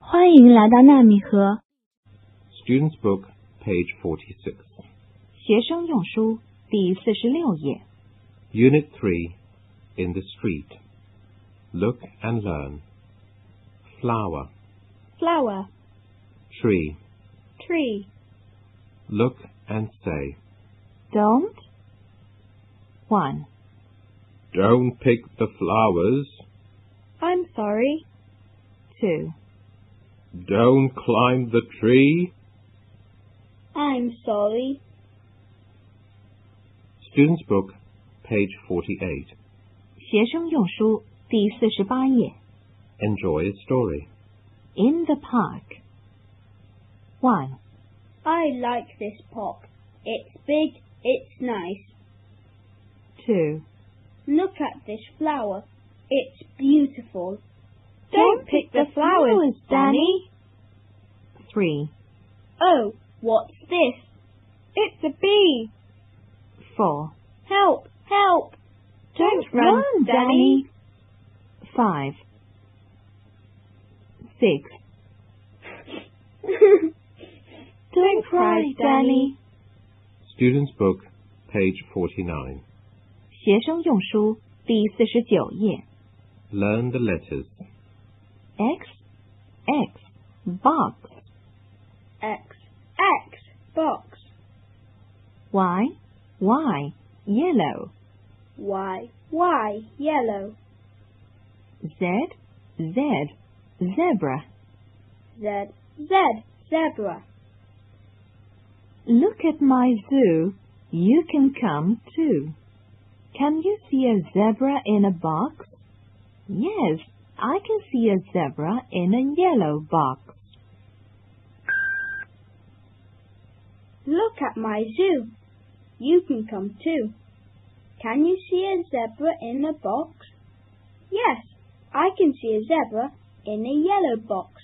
欢迎来到纳米河 Student's Book, page 46. 学生用书第四十六页， Unit 3. In the Street. Look and Learn. Flower. flower, Tree. tree, Look and say. Don't. One, Don't pick the flowers. I'm sorry, two, Don't climb the tree. I'm sorry, Student's Book, page 48. 学生用书第四十八页。 Enjoy a story. In the park. One, I like this pop. It's big, it's nice. two, Look at this flower, it's beautiful. Don't pick the flowers, Danny. three, Oh, what's this? It's a bee. four, Help, help. Don't run, Danny. five, six. Don't cry, Danny. Student's Book, page 49. 学生用书第四十九页。 Learn the letters. X, X, box. X, X, box. Y, Y, yellow. Y, Y, yellow. Z, Z, zebra. Z, Z, zebra. Look at my zoo. You can come too. Can you see a zebra in a box? Yes, I can see a zebra in a yellow box. Look at my zoo. You can come too. Can you see a zebra in a box? Yes, I can see a zebra in a yellow box.